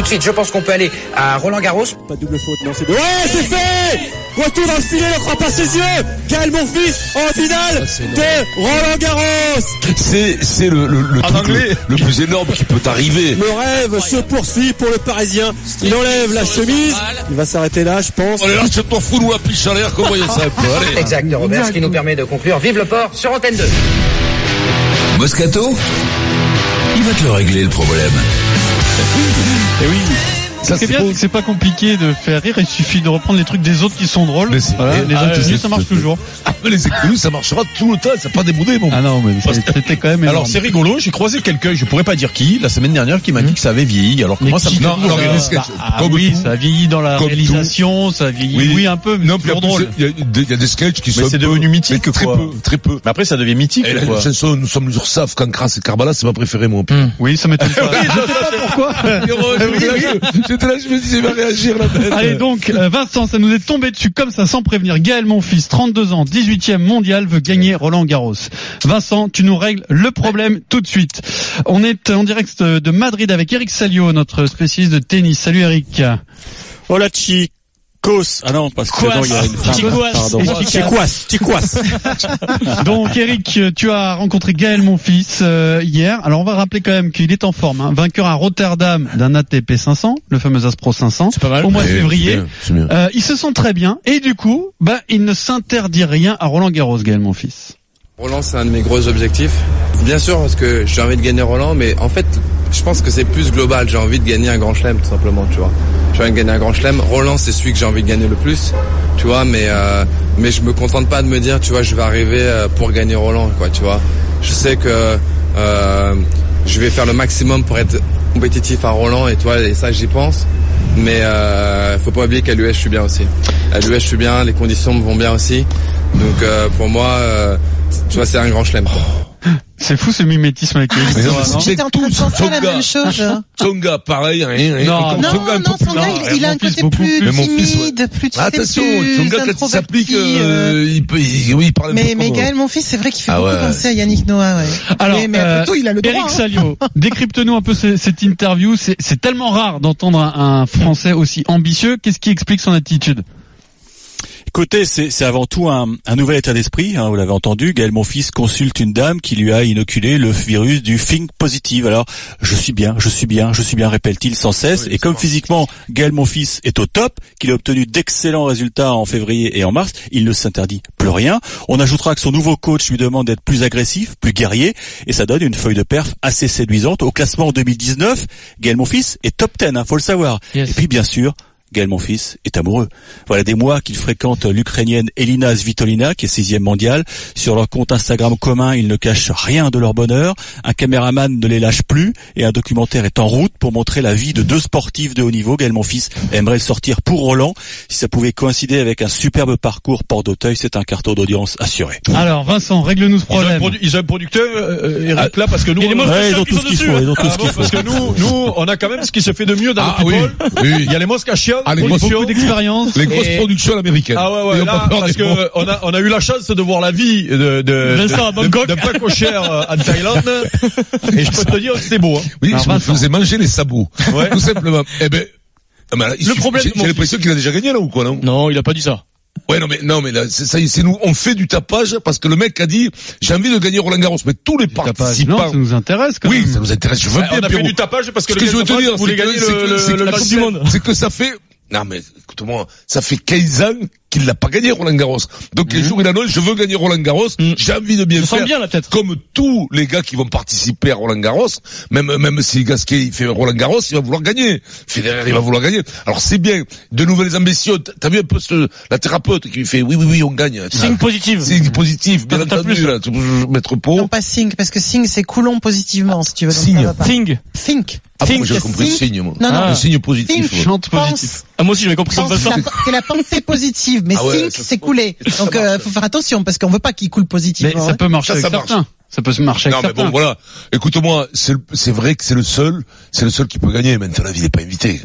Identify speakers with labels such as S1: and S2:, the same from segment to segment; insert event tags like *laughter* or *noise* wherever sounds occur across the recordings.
S1: Ensuite, je pense qu'on peut aller à Roland Garros.
S2: Pas de double faute, non, c'est de... Ouais, c'est fait Retour dans le filet, ne croit pas ses yeux Gaël Monfils en finale de Roland Garros
S3: C'est c'est le, le, le truc le, le plus énorme qui peut t'arriver.
S2: Le rêve se poursuit pour le Parisien. Il enlève la chemise. Il va s'arrêter là, je pense.
S3: Allez, là, je t'en fous, nous, à piche à l'air, comment il y a ça un peu, allez.
S1: Exact, Robert, ce qui nous permet de conclure. Vive le port sur Antenne 2.
S4: Moscato Il va te le régler le problème.
S3: Eh
S5: Et oui. Ce qui est bien, c'est que c'est pas compliqué de faire rire, il suffit de reprendre les trucs des autres qui sont drôles.
S3: Mais c'est-
S5: Voilà,
S3: et-
S5: les
S3: ah,
S5: inconnus,
S3: c'est-
S5: ça marche
S3: c'est-
S5: toujours.
S3: Ah, mais les éclous, ça marchera tout le temps, c'est pas démodé, mon
S5: Ah non, mais
S3: Parce que-
S5: c'était quand même
S6: Alors c'est rigolo, j'ai croisé quelqu'un, je pourrais pas dire qui, la semaine dernière, qui m'a dit que ça avait vieilli. Alors que
S5: Hum. Mais
S6: moi ça me
S5: qui
S3: Non,
S5: dit
S3: alors,
S5: ça
S3: il y a des sketchs.
S5: Ah
S3: Comme
S5: oui,
S3: tout.
S5: ça vieillit dans la
S3: Comme
S5: réalisation, ça vieillit,
S3: Oui.
S5: oui. un peu, mais
S3: Non,
S5: c'est
S3: puis en
S5: toujours
S3: plus,
S5: drôle.
S3: il y, a- il y a des sketchs qui
S6: Mais
S3: sont.
S6: c'est
S3: un peu-
S6: devenu mythique,
S3: mais Très
S6: quoi.
S3: peu, très peu.
S5: Bah,
S6: Mais après ça devient mythique.
S3: Et la
S6: quoi.
S3: chanson Nous sommes l'Ursaf, Cancras et Karbala, c'est ma préférée, mon pire.
S5: Oui, ça
S6: *laughs*
S5: m'étonne pas. Je sais pas pourquoi.
S3: J'étais là, je me disais, il va réagir, la bête.
S5: Allez donc, euh, Vincent, ça nous est tombé dessus comme ça sans prévenir. Gaël, mon fils, 32 ans, 18e mondial, veut gagner Roland Garros. Vincent, tu nous règles le problème tout de suite. On est en direct de Madrid avec Eric Salio, notre spécialiste de tennis. Salut
S6: *laughs*
S5: Eric.
S2: Hola chicos. Ah non, parce que
S5: Quas.
S2: non, il y a une femme.
S5: Chicos.
S2: Pardon.
S5: Efficace.
S2: Chicos, chicos.
S5: Donc Eric, tu as rencontré Gaël, mon fils, euh, hier. Alors on va rappeler quand même qu'il est en forme. hein. Vainqueur à Rotterdam d'un ATP 500, le fameux Aspro 500,
S6: C'est pas mal. Eh,
S5: au mois de février.
S3: Eh, C'est bien.
S5: Euh, il se sent très bien et du coup, bah, il ne s'interdit rien à Roland Garros, Gaël, mon fils.
S7: Roland, c'est un de mes gros objectifs. Bien sûr, parce que j'ai envie de gagner Roland, mais en fait, je pense que c'est plus global. J'ai envie de gagner un grand chelem, tout simplement, tu vois. J'ai envie de gagner un grand chelem. Roland, c'est celui que j'ai envie de gagner le plus, tu vois, mais, euh, mais je me contente pas de me dire, tu vois, je vais arriver euh, pour gagner Roland, quoi, tu vois. Je sais que euh, je vais faire le maximum pour être compétitif à Roland, et toi, et ça, j'y pense. Mais euh, faut pas oublier qu'à l'US, je suis bien aussi. À l'US, je suis bien, les conditions me vont bien aussi. Donc euh, pour moi, euh, tu vois, c'est un grand chelem. quoi.
S5: C'est fou ce mimétisme avec
S8: Ah,
S5: Eric.
S3: Mais non, mais
S5: Salio,
S3: c'est-
S5: hein.
S8: J'étais en train de
S3: Tous,
S8: penser à la
S3: Tonga.
S8: même chose.
S3: Tonga, pareil, rien, rien.
S5: Non,
S3: Et comme
S5: non,
S8: Non,
S3: Tonga, un
S8: non,
S3: peu plus-
S8: Sanga,
S5: non,
S8: il, il a un
S5: mon fils,
S8: côté
S5: beaucoup
S8: plus
S3: plus. Mais mon fils, ouais. Ah,
S8: timide, plus tu sais,
S3: Attention,
S8: plus
S3: Tonga, quand il
S8: introverti,
S3: s'applique,
S8: euh,
S3: euh, il peut, il- oui, il parle un peu
S8: Mais, mais
S3: comme-
S8: Gaël, mon fils, c'est vrai qu'il fait
S3: Ah
S8: beaucoup
S3: ouais.
S8: penser à Yannick Noah. Ouais.
S5: Alors,
S8: mais, mais après
S5: euh,
S8: tout, il a le droit.
S5: Eric
S8: hein. *laughs*
S5: Salio, décrypte-nous un peu ce- cette interview. C'est c'est tellement rare d'entendre un, un Français aussi ambitieux. Qu'est-ce qui explique son attitude
S2: Écoutez, c'est c'est avant tout un, un nouvel état d'esprit, hein, vous l'avez entendu. Gaël Monfils consulte une dame qui lui a inoculé le virus du think positive. Alors, je suis bien, je suis bien, je suis bien, répète-t-il sans cesse. et comme physiquement, Gaël Monfils est au top, qu'il a obtenu d'excellents résultats en février et en mars, il ne s'interdit plus rien. On ajoutera que son nouveau coach lui demande d'être plus agressif, plus guerrier, et ça donne une feuille de perf assez séduisante. Au classement en 2019, Gaël Monfils est top 10, hein, faut le savoir.
S5: Yes.
S2: Et puis, bien sûr, Gaël Monfils est amoureux. Voilà des mois qu'il fréquente l'Ukrainienne Elina Svitolina, qui est sixième mondiale. Sur leur compte Instagram commun, ils ne cachent rien de leur bonheur. Un caméraman ne les lâche plus et un documentaire est en route pour montrer la vie de deux sportifs de haut niveau. Gaël Monfils aimerait le sortir pour Roland. Si ça pouvait coïncider avec un superbe parcours Port d'Auteuil, c'est un carton d'audience assuré.
S5: Alors, Vincent, règle-nous ce
S6: Ils ont un
S5: problème.
S6: produ- Ils ont un producteur, euh,
S3: Ah,
S6: Eric, là, parce que nous,
S5: Il y a des
S6: on-
S5: mots
S2: Ouais, ils ont tout ce qu'il faut, ils ont tout
S6: Ah
S2: ce
S6: bon,
S2: qu'il faut.
S6: Parce que nous, nous, on a quand même ce qui se fait de
S9: euh.
S6: mieux dans
S3: Ah
S6: le
S3: oui,
S6: people.
S3: oui.
S6: Il y a les mosques à chiens,
S3: Ah, les
S6: production.
S5: Beaucoup d'expérience.
S3: Les grosses
S6: Et-
S3: productions américaines.
S6: Ah ouais,
S3: Ils
S6: ouais,
S3: ont
S6: là,
S3: pas peur
S6: parce
S3: des gros.
S6: que on a, on a eu la chance de voir la vie de, de, de,
S5: Vincent, à
S6: de,
S5: Bangkok.
S6: de pas cochère euh, en Thaïlande. Et je peux te dire, c'est beau, hein.
S3: Oui,
S5: Alors,
S3: je me
S5: Vincent.
S3: faisais manger les sabots.
S6: Ouais.
S3: Tout simplement. Eh ben. ah, mais là, il
S6: Le
S3: suffit-
S6: problème,
S3: j'ai
S6: mon
S3: j'ai l'impression qu'il a déjà gagné là ou quoi non
S6: Non, il a pas dit ça.
S3: Ouais non mais non mais là c'est ça y est, c'est nous on fait du tapage parce que le mec a dit j'ai envie de gagner Roland Garros mais tous les
S5: Tapage. Non,
S3: participants
S5: ça nous intéresse quand
S3: oui
S5: même.
S3: ça nous intéresse je veux
S6: on
S3: bien
S6: a fait
S3: Pierrot.
S6: du tapage parce que
S3: ce
S6: le
S3: que je veux te
S6: Gazaphrone
S3: dire
S6: voulait
S3: c'est que-
S6: gagner
S3: c'est
S6: le,
S3: que-
S6: le-
S3: c'est que
S6: le
S3: la
S6: Coupe du
S3: scène-
S6: Monde.
S3: c'est que ça fait non mais écoute-moi ça fait 15 ans qu'il n'a pas gagné Roland Garros donc
S6: Mmh.
S3: les jours il annonce je veux gagner Roland Garros j'ai envie de bien
S5: Je sens
S3: faire
S5: bien, là, peut-être.
S3: comme tous les gars qui vont participer à Roland Garros, même même si Gasquet il fait Roland Garros, il va vouloir gagner. Federer il va vouloir gagner. Alors c'est bien, de nouvelles ambitions. T'as- T'as vu un peu ce- la thérapeute qui fait oui oui oui on gagne. Ah.
S6: Signe positive.
S3: Signe positif, bien
S6: T'as- t'as
S3: entendu
S6: plus.
S3: là, tu peux mettre
S8: Non,
S3: pot.
S8: pas Think, parce que Think, c'est coulon positivement, si tu veux. donc
S3: Signe.
S8: ça va pas.
S6: Thing.
S8: Think.
S3: Ah bon,
S8: Think,
S3: moi, j'ai
S8: c'est
S3: compris
S8: signe.
S3: signe moi. Ah.
S8: Non, non.
S3: Le signe positif.
S8: Think,
S3: ouais.
S5: Chante positif.
S8: pense.
S6: Ah, moi aussi, j'avais compris
S8: pense, c'est la- C'est la pensée positive, mais
S3: Ah ouais,
S8: think,
S3: ça,
S8: c'est couler. Donc, euh, faut faire attention, parce qu'on veut pas qu'il coule
S5: Mais
S8: positivement.
S5: ça
S8: hein.
S5: peut marcher
S3: Ça, ça
S5: avec
S3: marche.
S5: certains. Ça peut se marcher
S3: Non
S5: avec
S3: mais bon
S5: certains.
S3: voilà. Écoute-moi, c'est le- c'est vrai que c'est le seul, c'est le seul qui peut gagner. Maintenant la vie n'est pas invitée.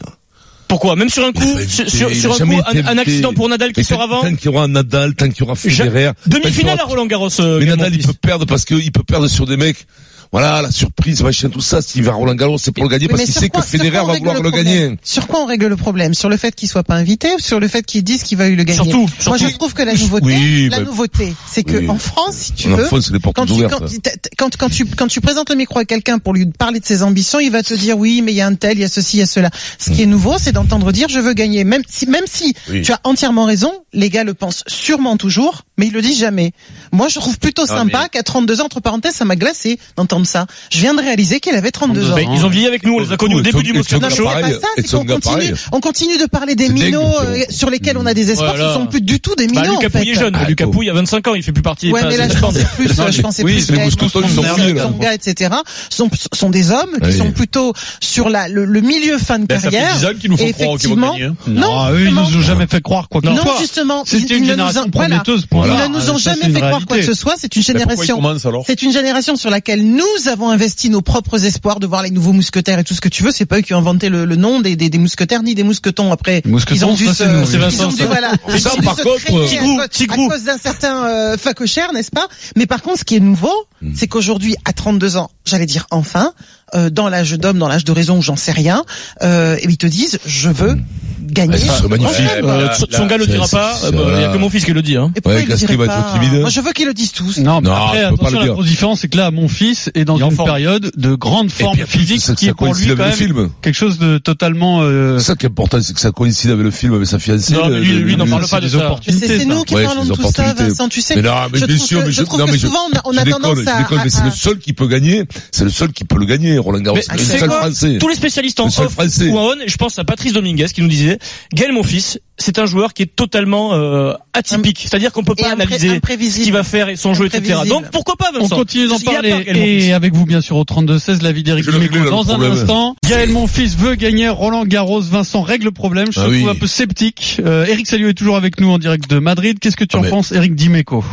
S9: Pourquoi Même sur un
S3: Il a
S9: coup,
S3: pas
S9: sur,
S3: évité,
S9: sur-
S3: il
S9: sur
S3: a
S9: un
S3: jamais
S9: coup, un,
S3: été
S9: un
S3: invité.
S9: accident pour Nadal qui
S3: Mais
S9: sort
S3: tant-
S9: avant.
S3: Tant qu'il y aura un Nadal, tant qu'il y aura Federer, tant qu'il y
S9: Demi-finale
S3: aura-
S9: à Roland Garros. euh,
S3: Mais
S9: Gaël
S3: Nadal, il
S9: Monfils.
S3: peut perdre parce que il peut perdre sur des mecs. voilà, la surprise, machin, tout ça, s'il va à Roland Garros, c'est pour le gagner
S8: Oui,
S3: parce
S8: mais
S3: qu'il
S8: sur
S3: sait
S8: quoi-
S3: que Federer
S8: sur quoi on
S3: va
S8: règle
S3: vouloir le
S8: problème
S3: gagner.
S8: Sur quoi on règle le problème Sur le fait qu'il soit pas invité ou sur le fait qu'ils disent qu'il va le gagner
S6: Surtout,
S8: Moi, je
S6: surtout.
S8: trouve que la nouveauté,
S6: Oui,
S8: la
S6: bah-
S8: nouveauté, c'est que
S3: Oui.
S8: en France, si tu
S3: En
S8: veux,
S3: France, c'est les portes
S8: quand tu,
S3: ouvertes.
S8: quand, tu- t- quand, quand tu, quand tu présentes le micro à quelqu'un pour lui parler de ses ambitions, il va te dire oui, mais il y a un tel, il y a ceci, il y a cela. Ce qui est nouveau, c'est d'entendre dire je veux gagner. Même si, même si
S3: Mm. Oui.
S8: tu as entièrement raison, les gars le pensent sûrement toujours, mais ils le disent jamais. Moi, je trouve plutôt sympa qu'à 32 ans, entre parenthèses, ça m'a glacé d'entendre ça. Je viens de réaliser qu'il avait 32 ans.
S9: Mais ils ont vieilli avec nous, on les a connus au début du Moscato
S8: Non, mais c'est
S3: Show.
S8: pas
S3: Pareil,
S8: ça, c'est
S3: Edson
S8: qu'on
S3: Gars,
S8: continue,
S3: pareil.
S8: on continue de parler des
S3: C'est dingue,
S8: minots
S3: mais
S8: euh, sur lesquels on a des espoirs,
S9: Voilà.
S8: ce sont plus du tout des
S9: Bah,
S8: minots,
S9: Lucas
S8: en fait.
S9: Pouillet est jeune.
S3: Ah,
S9: Lucas
S3: bon.
S9: Pouille, il y a 25 ans, il fait plus partie.
S8: Ouais,
S9: enfin,
S8: mais là,
S9: c'est-
S8: je pensais plus,
S6: Non,
S8: euh, je
S6: mais-
S8: pensais
S6: oui,
S8: plus,
S6: les
S8: Gaël
S6: Moscotons, ils sont euh,
S8: Montsonga,
S6: fouillés, là.
S8: Montsonga, etc., sont, sont des hommes qui
S3: Oui.
S8: sont plutôt sur la, le, le milieu fin de
S6: Ben, ça fait
S8: carrière.
S6: 10 hommes qui nous font croire qu'ils vont
S8: Effectivement.
S6: gagner. hein.
S8: Non,
S5: Non,
S9: Ah,
S5: eux, ils
S8: justement.
S5: nous ont jamais fait croire quoi que
S8: Non,
S5: ce soit.
S8: justement, ils,
S5: C'était
S8: ils
S5: une
S8: ne nous
S5: génération
S8: ont- voilà.
S5: prometteuse.
S8: Ils
S5: point.
S8: ne nous ont
S5: Ça, c'est
S8: jamais
S5: une
S8: fait croire quoi que
S5: réalité.
S8: ce soit. C'est une
S6: Ben, Pourquoi ils
S8: génération
S6: commencent alors
S8: c'est une génération sur laquelle nous avons investi nos propres espoirs de voir les nouveaux mousquetaires et tout ce que tu veux. C'est pas eux qui ont inventé le, le nom des, des, des mousquetaires ni des mousquetons. Après,
S5: Mousquetons,
S8: ils ont dû
S5: ça,
S8: se,
S5: c'est nous,
S9: c'est
S8: ils ont
S9: Vincent,
S8: dû
S9: ça.
S8: voilà, ils
S3: ça,
S8: ont dû
S3: par
S8: se
S3: contre,
S8: créer à
S9: Tigrou,
S8: cause- à,
S9: Tigrou.
S8: cause d'un certain euh, facochère, n'est-ce pas Mais par contre, ce qui est nouveau,
S5: Hmm.
S8: c'est qu'aujourd'hui, à 32 ans, j'allais dire enfin, euh, dans l'âge d'homme, dans l'âge de raison, j'en sais rien, euh, et ils te disent, je veux
S5: Hmm.
S8: gagner.
S5: Bah,
S3: ce serait magnifique.
S9: Euh, euh, son- son gars le
S3: c'est-
S9: dira
S3: c'est-
S9: pas,
S3: c'est-
S9: euh, bah, il y a
S3: voilà.
S9: que mon fils qui le dit. Hein.
S8: Et pourquoi
S3: Ouais,
S8: ils le
S3: Gasquet
S8: diraient
S3: va être
S8: pas
S3: timide.
S8: Moi, je veux qu'ils le disent tous.
S5: Non, mais
S3: Non,
S5: après,
S3: tu peux pas
S5: attention,
S3: le
S5: la
S3: dire.
S5: grosse différence, c'est que là, mon fils est dans
S9: Il est en
S5: une
S9: forme.
S5: période de grande
S3: Et
S5: forme
S3: puis, après,
S5: physique
S3: c'est que
S5: qui
S3: ça
S5: est pour lui
S3: coïncide
S5: quand
S3: avec le
S5: même
S3: film.
S5: quelque chose de totalement... euh,
S3: C'est ça qui est important, c'est que ça coïncide avec le film, avec sa fiancée.
S9: Non, mais lui,
S3: le-
S9: lui, il n'en
S3: le-
S9: parle pas
S5: des
S9: de ça.
S8: Mais c'est
S5: opportunités.
S8: c'est
S5: ça.
S8: nous qui
S3: Ouais,
S8: parlons
S3: c'est
S8: de
S3: des
S8: tout ça,
S3: opportunités.
S8: Vincent, tu sais.
S3: Mais non, mais
S8: je
S3: bien
S8: trouve
S3: sûr,
S8: que,
S3: mais
S8: je
S3: je-
S8: trouve
S3: non,
S8: que
S3: mais je-
S8: souvent, on a, on
S3: Je
S8: a
S3: déconne,
S8: tendance
S3: je
S8: à,
S3: déconne, mais c'est
S8: à-
S3: le seul qui peut gagner, c'est le seul qui peut le gagner, Roland Garros.
S9: Mais
S3: C'est le
S9: tu sais
S3: seul
S9: quoi
S3: français.
S9: Tous les spécialistes en
S3: Le seul
S9: off
S3: français.
S9: ou en on, je pense à Patrice Dominguez qui nous disait Gaël Monfils, c'est un joueur qui est totalement euh, atypique, c'est-à-dire qu'on peut
S8: et
S9: pas
S8: impré-
S9: analyser ce
S8: imprévisible.
S9: qu'il va faire et son jeu, etc.
S8: Imprévisible.
S9: Donc pourquoi pas
S5: On
S9: Vincent
S5: continue d'en
S9: Il y a
S5: parler
S9: pas Gaël Monfils.
S5: et avec vous bien sûr au 32-16 la vie d'Éric
S3: Je le
S5: Dimeco
S3: règle,
S5: dans
S3: le
S5: un
S3: problème.
S5: instant. Gaël mon fils veut gagner Roland Garros, Vincent règle le problème, je
S3: Ah
S5: te
S3: oui.
S5: trouve un peu sceptique. Euh, Eric Salio est toujours avec nous en direct de Madrid, qu'est-ce que tu
S6: Ah,
S5: en
S6: mais-
S5: penses Eric Dimeco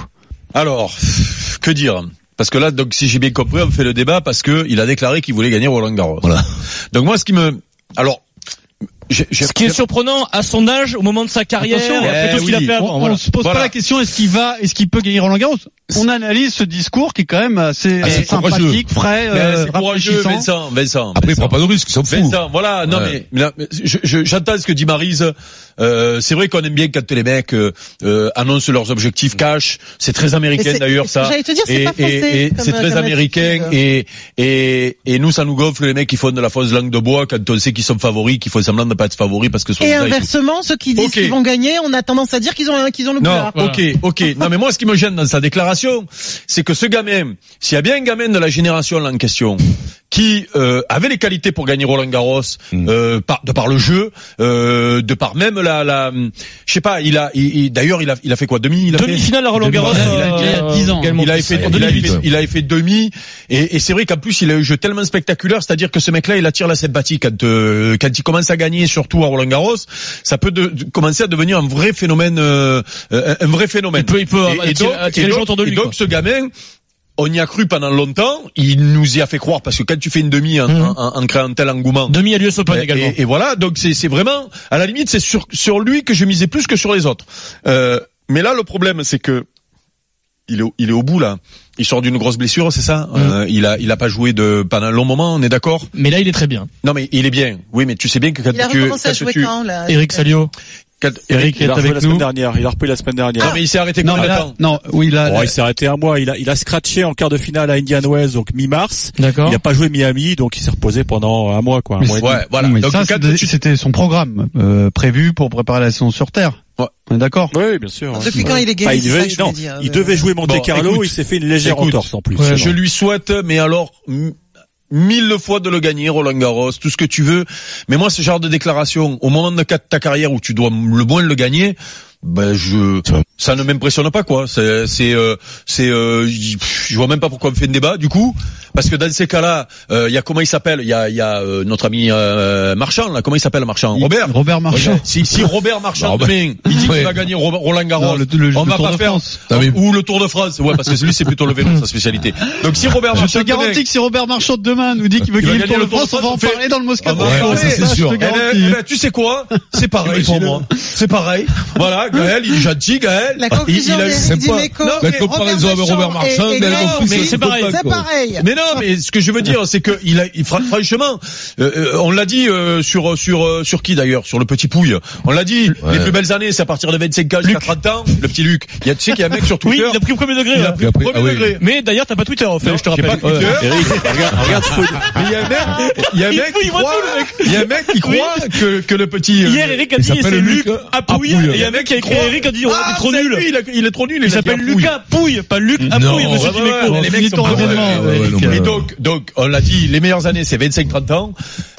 S6: Alors, que dire parce que là, donc, si j'ai bien compris, on fait le débat parce que il a déclaré qu'il voulait gagner Roland Garros.
S3: Voilà.
S6: Donc moi, ce qui me, alors, j'ai- j'ai-
S9: Ce qui est surprenant à son âge, au moment de sa carrière,
S5: Attention,
S9: et après
S6: eh
S9: tout ce qu'il a
S6: oui.
S9: fait
S5: On,
S9: avant.
S5: on
S9: voilà.
S5: se pose
S6: Voilà.
S5: pas la question est-ce qu'il va, est-ce qu'il peut gagner Roland Garros On analyse ce discours qui est quand même assez
S3: Ah, c'est
S5: sympathique, frais,
S6: Mais
S5: euh,
S6: c'est courageux,
S5: rafraîchissant.
S6: Vincent, Vincent.
S3: Après, il
S6: Vincent.
S3: prend pas de risque, il s'en fout.
S6: Vincent, Ah, voilà, non
S3: Ouais.
S6: mais, mais, je- je- j'entends ce que dit Marise. Euh, c'est vrai qu'on aime bien quand les mecs euh, euh, annoncent leurs objectifs cash. C'est très
S8: Mais
S6: américain
S8: c'est-
S6: d'ailleurs ça.
S8: J'allais te dire, c'est
S6: Et,
S8: pas français.
S6: et, et
S8: comme- euh,
S6: c'est très
S8: comme
S6: américain
S8: attitude.
S6: et, et et nous ça nous gonfle les mecs qui font de la fausse langue de bois quand on sait qu'ils sont favoris, qu'ils font semblant de ne pas être favoris parce que sont
S8: Et inversement, ceux qui disent
S6: Ok.
S8: qu'ils vont gagner, on a tendance à dire qu'ils ont, qu'ils ont le
S6: non,
S8: pouvoir.
S5: Ah.
S6: ok, ok. Non, mais moi, ce qui me gêne dans sa déclaration, c'est que ce gamin, s'il y a bien un gamin de la génération là en question, qui euh, avait les qualités pour gagner Roland Garros, euh, par, de par le jeu, euh, de par même la, la je sais pas, il a, il, il- d'ailleurs, il a, il a fait quoi, demi, il a fait-
S9: Demi-finale à Roland Garros.
S5: Demi- il a- il y a
S9: euh,
S5: 10 ans.
S9: Gaël
S6: il avait
S9: Monfils.
S6: fait,
S3: en
S6: il avait
S3: 2008,
S6: fait,
S3: ouais.
S6: il avait fait demi, et, et c'est vrai qu'en plus il a eu un jeu tellement spectaculaire, c'est-à-dire que ce mec-là il attire la sympathie quand euh, quand il commence à gagner, surtout à Roland Garros, ça peut de- de- commencer à devenir un vrai phénomène, euh, euh, un vrai phénomène.
S9: Il peut- il peut
S6: et,
S9: attirer-
S6: donc-
S9: attirer
S6: et
S9: les gens
S6: donc-
S9: autour de lui,
S6: et donc,
S9: quoi.
S6: ce gamin. On y a cru pendant longtemps, il nous y a fait croire parce que quand tu fais une demi en,
S9: Mhm.
S6: en- en- en créant un tel engouement,
S9: Demi à l'US Open
S6: et,
S9: également.
S6: Euh, et- et voilà, donc c'est c'est vraiment, à la limite, c'est sur, sur lui que je misais plus que sur les autres. Euh, mais là, le problème, c'est que il est, au- il est au bout là. Il sort d'une grosse blessure, c'est ça
S5: Mm.
S6: Euh, Il a, il a pas joué de pendant un long moment, on est d'accord
S9: Mais là, il est très bien.
S6: Non, mais il est bien. Oui, mais tu sais bien que quand
S8: Il a
S6: tu,
S8: recommencé à
S6: quand
S8: jouer
S6: tu-
S8: quand, là?
S9: Eric Salio.
S6: quand-
S5: Eric
S2: Il
S5: est
S2: a repris
S5: avec
S2: la
S5: nous.
S2: semaine dernière. Il a repris la semaine
S6: non,
S2: dernière.
S6: mais il s'est arrêté
S5: Non, mais là-
S6: complètement.
S5: non, oui, là,
S2: Oh, il s'est arrêté un mois. Il a, il a scratché en quart de finale à Indian Wells, donc mi-mars. Il
S9: D'accord.
S2: n'a pas joué Miami, donc il s'est reposé pendant un mois, quoi. Un mois et demi.
S6: Ouais, voilà.
S5: Oui,
S6: donc
S5: ça,
S6: quand
S5: c'était-
S6: tu-
S5: c'était son programme euh, prévu pour préparer la saison sur Terre.
S6: Ouais.
S5: On est d'accord
S2: Oui, oui, bien sûr.
S8: Alors, depuis
S2: Ouais.
S8: quand il est gay,
S2: Enfin,
S8: c'est ça
S2: devait-
S8: que je voulais
S2: non,
S8: dire,
S2: il
S8: mais-
S2: devait jouer Monte
S6: Bon,
S2: Carlo,
S6: écoute.
S2: il s'est fait une légère
S6: Écoute.
S2: entorse en plus.
S9: Ouais,
S6: Je lui souhaite, mais alors m- mille fois de le gagner, Roland Garros, tout ce que tu veux. Mais moi, ce genre de déclaration, au moment de ca- ta carrière où tu dois m- le moins le gagner, ben je, ça ne m'impressionne pas quoi. C'est, c'est, euh, c'est, euh, j- pff, je vois même pas pourquoi on fait un débat du coup, parce que dans ces cas-là, euh, il y a comment il s'appelle, il y a, il y a euh, notre ami euh, Marchand là, comment il s'appelle Marchand, Robert.
S5: Robert Marchand.
S6: Regarde, Si, si Robert Marchand
S3: Robert.
S6: demain, il dit
S3: Ouais.
S6: qu'il va gagner Ro- Roland Garros,
S5: Non, le- le-
S6: on
S5: le
S6: va
S5: Tour
S6: pas
S5: de
S6: faire
S5: France.
S3: Ah oui.
S6: ou le Tour de France. Ouais, parce que lui c'est plutôt le vélo sa spécialité. Donc si Robert
S5: Je
S6: Marchand
S5: te garantis
S6: demain,
S5: que si Robert Marchand demain nous dit qu'il veut
S6: Il va
S5: gagner le Tour de
S6: gagner
S5: France, on va en
S6: fait-
S5: parler dans le Moscato.
S6: Ah ouais,
S5: Show.
S6: ouais, ça,
S5: Ça,
S6: c'est
S5: je te
S6: Eh ben,
S5: garantis.
S6: eh ben, tu sais quoi C'est pareil pour moi. C'est pareil. Voilà, Gaël, il est gentil, Gaël.
S8: La
S6: Il-
S8: conclusion
S6: il a eu-
S8: des-
S6: c'est
S8: du
S6: pas-
S8: Meco
S6: la
S8: et
S6: comparaison avec Robert
S8: Robert Marchand
S6: Marchand,
S8: et- et
S6: Gaël
S8: Gaël
S6: Monfils,
S9: mais c'est
S6: il faut
S9: pareil.
S6: pas,
S8: C'est
S6: quoi.
S8: pareil.
S6: Mais non, mais ce que je veux dire, c'est que il a, il, fra- franchement, euh, euh, on l'a dit euh, sur sur euh, sur qui d'ailleurs, sur le petit Pouille. On l'a dit, les plus belles années, c'est à partir de 25 ans jusqu'à 30 ans. Le petit Luc, il y a tu sais qu'il y a un mec sur
S9: Oui,
S6: Twitter.
S9: il a pris au premier degré.
S6: il a
S9: ouais.
S6: pris le
S3: après-
S6: premier
S3: ah oui.
S6: degré.
S9: Mais d'ailleurs, t'as pas Twitter en fait, je te
S6: J'ai
S9: rappelle.
S6: pas Twitter.
S9: Ouais.
S2: Eric, regarde, regarde, ce peu-
S6: Mais il y a un mec, il y a un
S9: Il
S6: mec
S9: fouille,
S6: qui
S9: il voit
S6: croit,
S9: tout, le mec.
S6: il y a un mec qui croit que que le petit euh,
S9: Hier, Eric a
S6: il
S9: dit,
S6: s'appelle
S9: c'est Luc
S6: euh,
S9: Apouille.
S6: Apouille.
S9: Et il y a un mec qui a écrit Eric a dit, oh,
S6: Ah,
S9: t'es trop
S6: c'est
S9: nul.
S6: lui, il a- il est trop nul,
S9: Il
S6: a
S9: s'appelle
S6: dit ah, Apouille.
S9: Lucas Pouille, pas Luc
S6: Non,
S9: Apouille, monsieur
S6: ouais, ouais,
S9: Dimeco.
S6: ouais, les mecs
S9: Finis
S6: sont
S9: ton
S6: pas-
S9: raisonnement,
S6: ouais, ouais,
S9: Eric.
S3: non,
S2: euh,
S3: mais-
S6: Et donc, donc, on l'a dit, les meilleures années, c'est 25-30 ans.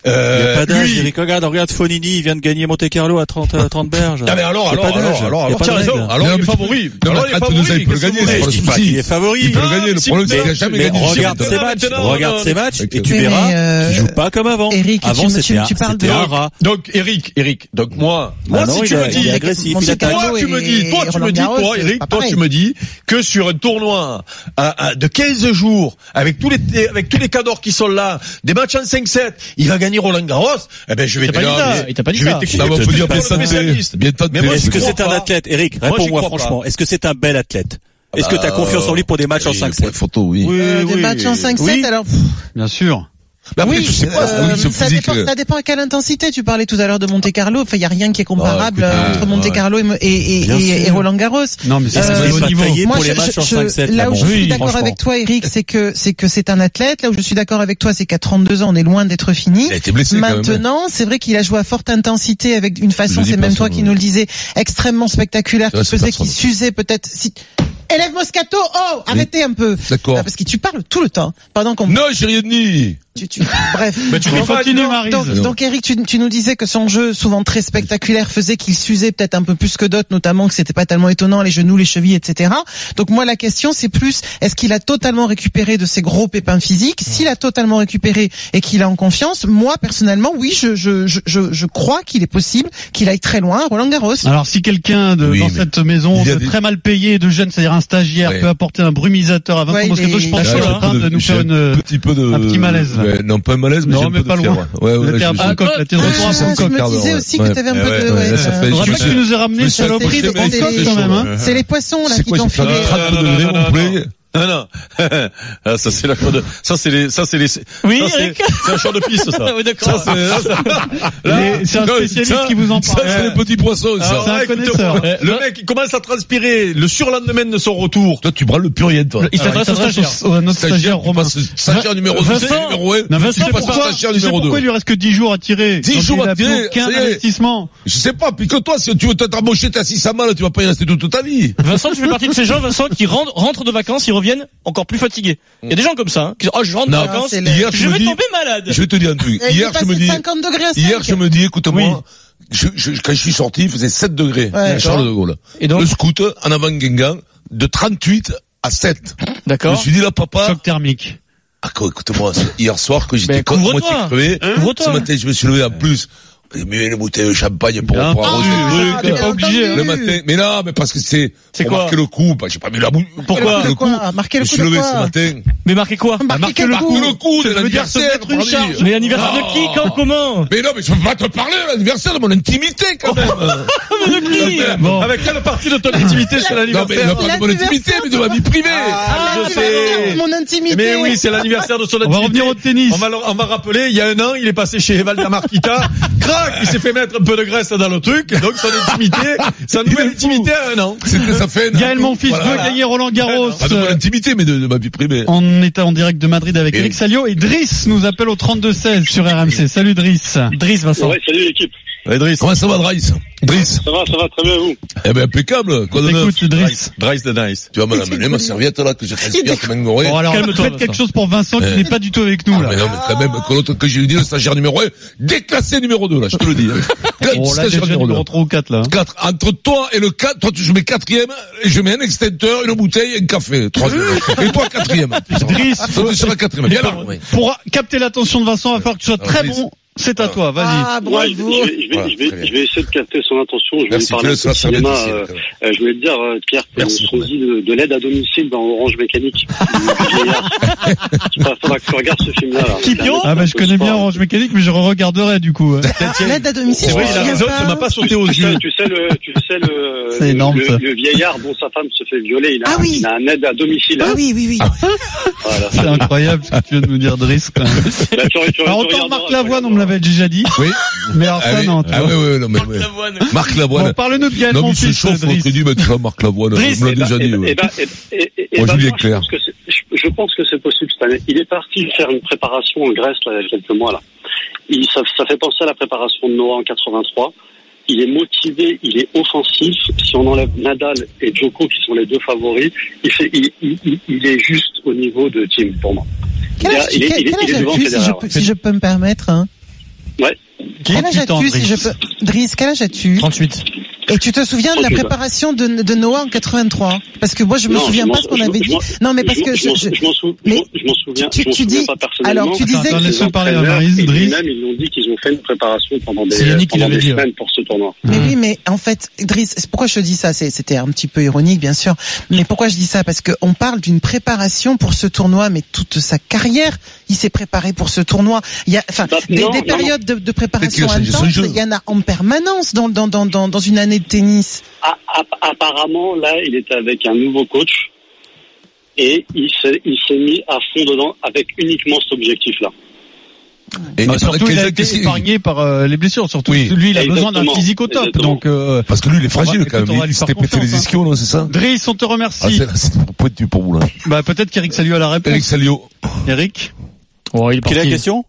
S2: Il y a
S6: Euh,
S2: pas d'âge,
S6: lui-
S2: Eric, regarde, regarde Fonini, il vient de gagner Monte Carlo à 30, euh, 30 berges.
S6: Ah, mais
S2: Il
S6: alors,
S2: y a
S6: alors,
S2: pas d'âge,
S6: alors, alors,
S2: il y a
S6: alors,
S2: pas
S6: tiens,
S2: de
S6: raison.
S2: règle.
S6: Alors,
S3: Non,
S6: il est
S3: mais tu-
S6: favori.
S3: non,
S6: Alors,
S3: mais
S6: il est
S3: à
S6: favori.
S3: 32 ans, il peut le
S6: Qu'est-ce que
S3: gagner,
S6: vous
S3: c'est
S2: Mais
S3: pas
S6: voulez
S2: je dis pas
S3: si.
S2: qu'il est favori.
S3: Il peut le
S6: Ah,
S3: gagner, le
S6: si,
S3: problème, c'est
S6: mais-
S3: qu'il a jamais
S2: Mais
S3: gagné de
S2: regarde
S6: Gilles,
S2: ses
S6: non,
S2: matchs,
S6: maintenant,
S2: regarde
S6: non,
S2: ses
S6: non.
S2: matchs, et tu
S8: Mais,
S2: verras,
S8: mais, euh,
S2: il joue pas comme avant.
S8: Eric, tu
S2: Avant,
S8: me- tu-
S2: c'était un
S8: tu parles
S2: c'était
S8: de-
S2: un rat.
S6: Donc, Eric, Eric. Donc, moi, moi,
S2: Ah non,
S6: si
S2: il
S6: tu
S2: a-
S6: me dis,
S2: il est agressif,
S8: Monte
S2: il attaque.
S8: Carlo
S6: toi, tu
S8: et
S6: me dis, toi, tu
S8: Roland
S6: me dis,
S8: Garros,
S6: toi,
S8: c'est
S6: Eric,
S8: pas
S6: toi,
S8: pareil.
S6: tu me dis que sur un tournoi à- à- de 15 jours, avec tous les, avec tous les cadors qui sont là, des matchs en 5-7, il va gagner Roland Garros. Eh ben, je vais
S9: Il t'a pas dit
S6: Non,
S9: ça,
S6: mais-
S9: il t'a pas dit
S6: je vais
S9: ça.
S6: t'expliquer.
S3: Non, mais Bah, on peut dire bien de
S6: Parle de spécialiste.
S3: santé. Bien de santé.
S6: Mais moi,
S2: Est-ce
S6: je
S2: que
S6: crois
S2: c'est un
S6: pas.
S2: athlète, Eric?
S6: Moi, j'y
S2: Réponds-moi
S6: crois pas.
S2: franchement. Est-ce que c'est un bel athlète? Est-ce que t'as
S6: bah,
S2: confiance en lui pour des matchs en
S3: Oui, pour
S2: 5-7?
S3: les photos, oui.
S8: Euh, des matchs en 5-7,
S2: Oui.
S8: alors.
S5: Bien sûr.
S3: Mais après,
S8: oui,
S3: tu sais pas,
S8: euh,
S3: oui, ce
S8: ça,
S3: physique,
S8: dépend,
S3: euh,
S8: ça dépend à quelle intensité. Tu parlais tout à l'heure de Monte Carlo. Enfin, il y a rien qui est comparable
S3: Ah, écoute,
S8: euh,
S3: euh,
S8: entre Monte
S3: ouais.
S8: Carlo et, et, et-
S2: Bien
S8: et-
S2: sûr.
S8: et Roland Garros.
S5: Non, mais c'est
S8: Est-ce
S5: un
S8: qu'il
S5: bon
S2: est pas
S5: niveau.
S2: taillé pour les
S8: je-
S2: matchs en
S8: je-
S2: 5-7?
S8: Là où je suis d'accord
S2: franchement.
S8: avec toi, Eric, c'est que c'est que c'est un athlète. Là où je suis d'accord avec toi, c'est qu'à 32 ans, on est loin d'être fini.
S3: il a été blessé quand même. hein.
S8: Maintenant, c'est vrai qu'il a joué à forte intensité avec une
S3: Je
S8: façon,
S3: le dis
S8: c'est
S3: pas,
S8: même
S3: ça,
S8: toi
S3: oui.
S8: qui nous le disais, extrêmement spectaculaire,
S3: Ouais,
S8: qui
S3: c'est
S8: faisait,
S3: pas
S8: qui
S3: ça.
S8: s'usait peut-être. Si... Élève Moscato, oh, arrêtez un peu.
S3: D'accord.
S8: Ah, Parce que tu parles tout le temps, pendant qu'on.
S3: Non, j'ai rien dit.
S8: Tu, tu-
S3: *laughs*
S8: Bref.
S6: tu
S8: Donc,
S6: peux pas
S5: Continue,
S6: dire-
S5: Marie.
S8: donc,
S3: Non.
S8: donc, Eric, tu, tu nous disais que son jeu, souvent très spectaculaire, faisait qu'il s'usait peut-être un peu plus que d'autres, notamment que c'était pas tellement étonnant, les genoux, les chevilles, etc. Donc moi, la question, c'est plus, est-ce qu'il a totalement récupéré de ses gros pépins physiques S'il a totalement récupéré et qu'il a en confiance, moi, personnellement, oui, je, je, je, je, je crois qu'il est possible qu'il aille très loin à Roland-Garros.
S3: Ah,
S5: Alors si quelqu'un de
S3: Oui,
S5: dans
S3: mais
S5: cette maison
S3: il y a
S5: de
S3: des-
S5: très mal payé, de jeune, c'est-à-dire un stagiaire,
S3: Ouais.
S5: peut apporter un brumisateur à Vincent
S8: Ouais, il
S5: Moscato,
S8: est-
S5: je pense
S8: il
S5: qu'il
S8: est
S5: est en train de nous
S3: j'ai
S5: faire
S3: un
S5: une...
S3: petit peu de...
S5: Euh, un petit malaise, là.
S3: Ouais, non, pas un malaise, mais,
S5: Non,
S3: j'ai un
S5: mais
S3: peu de
S5: pas
S3: fièvre.
S5: loin.
S3: Ouais, ouais,
S5: Là,
S3: là,
S5: t'es à
S3: je-
S5: Bangkok, là, t'es de
S8: Ah,
S5: retour à
S8: je
S5: Bangkok.
S8: me
S3: quart
S8: disais
S3: d'heure,
S8: aussi
S3: ouais. Eh
S8: que t'avais un
S3: Ouais,
S8: peu de...
S3: ouais,
S8: ouais,
S3: ça
S8: euh,
S3: fait-
S5: Je
S3: Je
S5: rappelle
S3: sais-
S5: qu'il nous a ramené
S3: je
S5: sur
S3: sais-
S5: le
S8: c'est
S5: bris de
S8: terrible,
S5: Bangkok
S8: c'est-
S5: quand même. hein.
S8: C'est les poissons là
S3: C'est
S8: qui
S3: quoi,
S8: t'ont
S3: c'est pas
S8: filé. euh,
S3: un crabe
S5: euh,
S3: de
S6: Non, non,
S3: degrés,
S6: non,
S3: mon poulet
S6: Non, non. *laughs* Ah, ça, c'est la cour de, ça, c'est les, ça, c'est les,
S9: Oui,
S6: ça, c'est-
S9: Eric
S6: C'est un champ de piste, ça.
S9: *laughs*
S6: Ah,
S9: Oui, d'accord.
S6: Ça, c'est- ça,
S5: Mais C'est un
S6: Non,
S5: spécialiste
S6: ça-
S5: qui vous en
S6: ça,
S5: parle.
S6: c'est les
S3: Petit poisson,
S6: Alors,
S3: ça.
S5: C'est un
S6: écoute-moi,
S5: connaisseur.
S6: Le mec, il commence à transpirer le surlendemain de son retour.
S3: Toi, tu brales le purien, toi.
S5: Il s'adresse au stagiaire, à notre stagiaire
S3: Romain.
S5: romain.
S3: Stagiaire numéro 2,
S5: Vincent,
S3: numéro 1.
S5: Non, Vincent, pourquoi,
S3: Stagiaire
S5: tu sais
S3: numéro 2.
S5: pourquoi il lui reste que 10 jours à tirer
S3: 10
S5: Donc,
S3: jours
S5: il
S3: à
S5: a plus
S3: tirer,
S5: Aucun
S3: ça y est.
S5: investissement.
S3: Je sais pas, puis que toi, si tu veux t'embaucher, t'es à 600 balles, tu vas pas y rester toute toute ta vie.
S9: Vincent, tu fais partie de ces gens, Vincent, qui rentrent, rentrent de vacances, ils reviennent encore plus fatigués. Il y a des gens comme ça, hein, qui disent, oh, je rentre de
S3: Non,
S9: vacances,
S8: c'est
S3: hier,
S9: je
S3: je me
S9: vais
S3: dis,
S9: tomber malade.
S3: je vais te dire un truc.
S8: Et il est
S3: Hier, je
S8: passé
S3: me
S8: de
S3: dis,
S8: 50 degrés à 5.
S3: hier, je me dis, écoute-moi, je, je, quand je suis sorti, il faisait 7 degrés, à Charles de Gaulle.
S9: Et donc,
S3: le scout, en avant Guingamp, de 38 à 7. Je me
S9: d'accord.
S3: suis dit, là, papa,
S5: Choc thermique.
S3: Ah, quoi, écoute-moi, c'est- hier soir, que
S9: Mais
S3: j'étais comme
S9: Ben, couvre-toi.
S3: moitié crevé,
S9: Hein Couvre-toi.
S3: ce matin, je me suis levé en plus, j'ai mis une bouteille de champagne pour,
S5: Bien
S8: Ah,
S3: pour
S5: entendu,
S3: arroser le
S5: ça,
S3: truc.
S5: t'es pas
S8: bien
S5: obligé,
S8: entendu.
S3: Le matin, mais non, mais parce que c'est,
S9: C'est
S3: pour
S9: quoi
S3: marquer le coup, bah, j'ai pas mis la boule.
S9: Pourquoi
S3: le coup.
S8: Quoi
S3: Je
S8: Marquer le
S3: me
S8: coup
S3: suis
S8: de
S3: levé
S8: quoi
S3: ce matin.
S9: Mais marquez quoi
S8: Marquer
S3: Marquer le coup de
S5: Ça veut dire se
S3: l'anniversaire,
S5: mettre une
S3: Brady.
S5: charge.
S9: Mais l'anniversaire de
S3: Ah.
S9: qui, quand, comment
S3: Mais non, mais je peux pas te parler à l'anniversaire de mon intimité, quand
S5: Oh,
S3: même.
S9: De qui
S5: Bon.
S9: Avec quelle partie de ton activité c'est
S3: non, mais
S9: l'anniversaire
S3: non, pas de mon intimité, mais de ma vie privée.
S8: Ah,
S9: je
S8: l'anniversaire
S9: sais.
S8: de Mon intimité.
S6: Mais oui, c'est l'anniversaire de son
S5: On va
S6: activité.
S5: revenir au tennis.
S6: On va, le- on va rappeler, il y a un an, il est passé chez Valda Marquita. Crac, il s'est fait mettre un peu de graisse dans le truc. Donc, son intimité, sa nouvelle intimité à un an.
S3: C'était sa fin.
S5: Gaël Monfils
S3: Voilà. Bah,
S5: veut gagner Roland Garros.
S3: Pas de mon intimité, mais de, de ma vie privée.
S5: On est en direct de Madrid avec
S3: Et-
S5: Eric Salio et Driss nous appelle au 32-16 sur RMC. Salut Driss.
S9: Driss, Vincent.
S10: Ouais, salut l'équipe.
S3: Driss. Comment ça va, Driss? Driss.
S10: Ça va, ça va, très bien vous.
S3: Eh ben, impeccable. Quoi de neuf?
S5: Écoute Driss.
S6: Drice the Nice.
S3: Tu vas me l'amener, ma serviette, là, que je transpire comme un goré.
S5: Bon alors
S9: Calme-toi,
S5: faites
S9: Vincent.
S5: quelque chose pour Vincent qui
S3: Euh.
S5: n'est pas du tout avec nous
S3: Ah,
S5: Oh, là.
S3: mais non, mais quand même, que l'autre que j'ai dit, le stagiaire numéro 1, déclassé numéro 2, là, je te le dis. hein. Quand
S5: Bon Oh, là déjà numéro 3 ou 4 là.
S3: Quatre. Entre toi et le 4, toi, tu, je mets quatrième, et je mets un extincteur, une bouteille, un café. Troisième. et toi,
S5: *laughs*
S3: quatrième. Putain.
S5: Driss,
S3: Toi, tu seras quatrième. Bien là.
S5: pour capter l'attention de Vincent, il va falloir que tu sois très
S3: Ah, Driss.
S5: bon C'est à toi, vas-y.
S8: Ah,
S6: Ouais, je,
S8: bravo.
S6: je vais, je vais-
S3: Voilà,
S6: je vais-
S3: très bien.
S6: je vais essayer de capter son attention. Je vais
S3: Merci,
S6: lui parler un
S3: Claude,
S6: peu
S3: ça va
S6: de
S3: faire
S6: cinéma.
S3: difficile.
S6: euh, euh, je voulais te dire, euh, Pierre, que
S3: Merci,
S6: son île de, de l'aide à domicile dans Orange Mécanique. Il faudra que tu regardes ce film-là. là.
S5: Kipio Ah bah je connais bien Orange Mécanique, mais je re-regarderai du
S3: Euh,
S5: coup.
S8: L'aide à domicile.
S9: C'est vrai, il a
S8: y
S9: raison,
S8: pas.
S9: ça m'a pas
S6: Tu
S9: sauté
S6: sais,
S9: aux yeux.
S6: tu sais le, tu sais le,
S5: C'est
S6: le,
S5: énorme,
S6: le-
S5: ça.
S6: le vieillard dont sa femme se fait violer. Il a,
S8: Ah oui.
S6: il a un aide à domicile.
S8: Ah oui, oui, oui.
S6: Voilà.
S5: C'est incroyable ce que tu viens de nous dire, Driss. quoi.
S6: Bah, tu- tu- tu
S5: Alors autant
S6: regarderas,
S5: Marc
S6: tu
S5: Lavoine, on me
S6: regarderas.
S5: l'avait déjà dit.
S3: Oui.
S5: Mais alors
S3: Ah
S5: ça,
S3: oui,
S5: non, tu
S3: ah
S5: vois.
S3: oui, oui, non, mais, oui. Marc
S5: hein. Bon,
S3: Lavoine.
S5: parle-nous de Gaël
S3: Non, mais il se
S5: Monfils,
S3: chauffe,
S5: Driss.
S3: l'autre dit, bah, tu vois, Marc Lavoine, on
S11: Driss,
S3: me l'a
S11: eh ben,
S3: déjà
S11: eh
S3: dit,
S11: ben,
S3: ouais.
S6: Eh ben, eh- eh- eh- eh
S3: Moi,
S6: ben,
S3: Julien
S6: moi, je
S3: Clerc.
S6: pense que c'est- je, je pense que c'est possible cette année. Il est parti faire une préparation en Grèce là, il y a quelques mois là. Il, ça, ça fait penser à la préparation de Noah en 83. Il est motivé, il est offensif. Si on enlève Nadal et Djoko qui sont les deux favoris, il, fait, il, il- il- il est juste au niveau de team pour moi.
S8: Quel
S6: Il
S8: âge,
S6: a- il est-
S8: quel-
S6: il est-
S8: quel
S6: il est
S8: âge
S6: devant
S8: as-tu, si,
S6: Federer,
S8: je
S6: ouais.
S8: peux- si je peux me permettre hein Quel âge
S5: 38 ans,
S8: as-tu, si je
S5: Driss.
S8: peux... Driss, quel âge as-tu
S11: 38.
S8: Et tu te souviens de la
S6: 38, ouais.
S8: préparation de, de Noah en 83 Parce que moi, je me
S6: Non,
S8: souviens
S6: je
S8: pas
S6: m'en-
S8: ce qu'on
S6: je-
S8: avait
S6: je
S8: dit.
S6: m'en-
S8: Non, mais parce
S6: je, m'en-
S8: que
S6: je
S8: je...
S6: m'en-
S8: je-
S6: je m'en sou-
S8: mais
S6: je m'en souviens,
S8: tu-
S6: je m'en
S8: tu
S6: souviens
S8: dis-
S6: pas personnellement.
S8: alors, tu
S6: Les
S8: disais
S5: Attends,
S8: que-
S5: laisse-nous parler à
S6: entraîneurs
S5: Marise,
S6: et
S5: Driss.
S6: Lui-même, ils l'ont dit qu'ils ont fait une préparation pendant des,
S11: C'est Yannick qui
S6: pendant
S11: l'avait
S6: des
S11: dit, hein. ouais.
S6: semaines pour ce tournoi.
S8: Mais
S2: Mm.
S8: oui, mais en fait, Driss, c'est pourquoi je te dis ça C'est- C'était un petit peu ironique, bien sûr. Mais pourquoi je dis ça Parce que on parle d'une préparation pour ce tournoi, mais toute sa carrière, il s'est préparé pour ce tournoi. Il y a, enfin,
S6: Bah,
S8: des,
S6: non,
S8: des
S6: non.
S8: périodes de, de
S3: qu'il
S8: préparation
S3: a changé son
S8: intense,
S3: jeu.
S8: il y en a en permanence dans, dans, dans, dans, dans une année de tennis.
S6: A- a- apparemment, là, il était avec un nouveau coach et il s'est, il s'est mis à fond dedans avec uniquement cet objectif-là.
S3: Et- et
S5: Bah,
S3: pendant
S5: surtout,
S3: 15
S5: il a
S3: ans,
S5: été
S3: qu'est-ce qu'il-
S5: épargné par euh, les blessures, surtout.
S3: Oui.
S5: Lui, il a besoin d'un
S6: Exactement.
S5: physique au top.
S6: Exactement.
S5: Donc, euh,
S3: Parce que lui, il est
S5: On
S3: fragile,
S5: va-
S3: quand même.
S5: écoute, on va
S3: Il
S5: lui
S3: s'était
S5: faire
S3: pété les
S5: confiance, hein.
S3: ischios, non, c'est ça?
S5: Driss, on te
S3: Ah,
S5: remercie.
S3: c'est, c'est pas du pour vous, là.
S5: bah, peut-être qu'Eric Salio a la
S3: Eric
S5: réponse.
S3: Salio.
S5: Eric.
S11: Oh, il est parti.
S2: Quelle est la question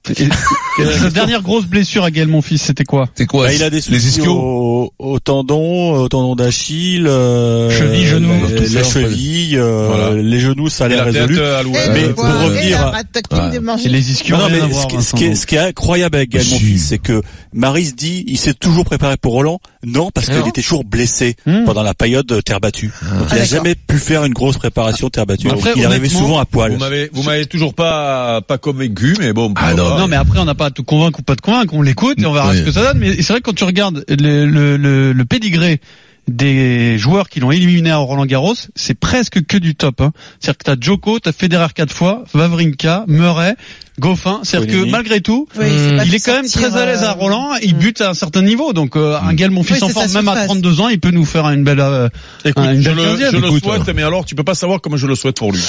S5: Euh, Sa dernière grosse blessure à Gaël Monfils, c'était quoi
S3: C'est quoi?
S2: Bah, il a des
S3: Les
S2: soucis
S3: ischios.
S2: au, au tendon, euh, au tendon d'Achille, euh,
S11: Cheville, genou,
S2: la,
S3: tout
S2: la
S3: ça, en fait.
S2: cheville, euh,
S3: Voilà.
S2: les genoux, ça
S9: Et
S2: l'a
S9: la tête
S2: résolu.
S9: euh, à l'ouest.
S2: Mais pour revenir à-
S5: C'est les ischios.
S2: Ah, Non, non,
S5: rien à
S2: mais ce,
S5: voir,
S2: qui- ce
S5: Vincent,
S2: qui est,
S5: donc.
S2: ce qui est incroyable avec Gaël
S3: Si.
S2: Monfils, c'est que Maris dit, il s'est toujours préparé pour Roland. Non, parce qu'il était toujours blessé
S5: Hmm.
S2: pendant la période euh, terre battue. Donc,
S8: Ah,
S2: il a
S8: d'accord.
S2: jamais pu faire une grosse préparation terre battue.
S5: Après,
S2: il arrivait
S5: honnêtement,
S2: souvent à
S9: Vous
S2: poil.
S9: m'avez, vous m'avez toujours pas, pas convaincu, mais bon.
S3: Ah, non,
S5: Non, mais après, on n'a pas à tout convaincre ou pas de convaincre, on l'écoute et on verra
S3: Oui.
S5: ce que ça donne. Mais c'est vrai que quand tu regardes le, le, le, le pédigré des joueurs qui l'ont éliminé à Roland Garros, c'est presque que du top. Hein. C'est-à-dire que t'as Djoko, t'as Federer quatre fois, Vavrinka, Murray, Goffin. C'est-à-dire que
S2: Bonini.
S5: malgré tout,
S8: Oui, il s'est pas
S5: Mm. il
S8: fait
S5: est quand même
S8: sortir,
S5: très à l'aise à
S8: euh,
S5: Roland. Il bute à un certain niveau. Donc euh,
S3: Mm.
S5: un gars, mon fils
S8: Oui,
S5: en
S8: c'est
S5: forme,
S8: sa
S5: même à
S8: surface.
S5: 32 ans, il peut nous faire une belle. euh,
S9: bah, Écoute,
S5: Ah, une
S9: je
S5: belle
S9: le,
S5: quinzième,
S9: je le
S5: écoute.
S9: souhaite, mais alors tu peux pas savoir comment je le souhaite pour lui.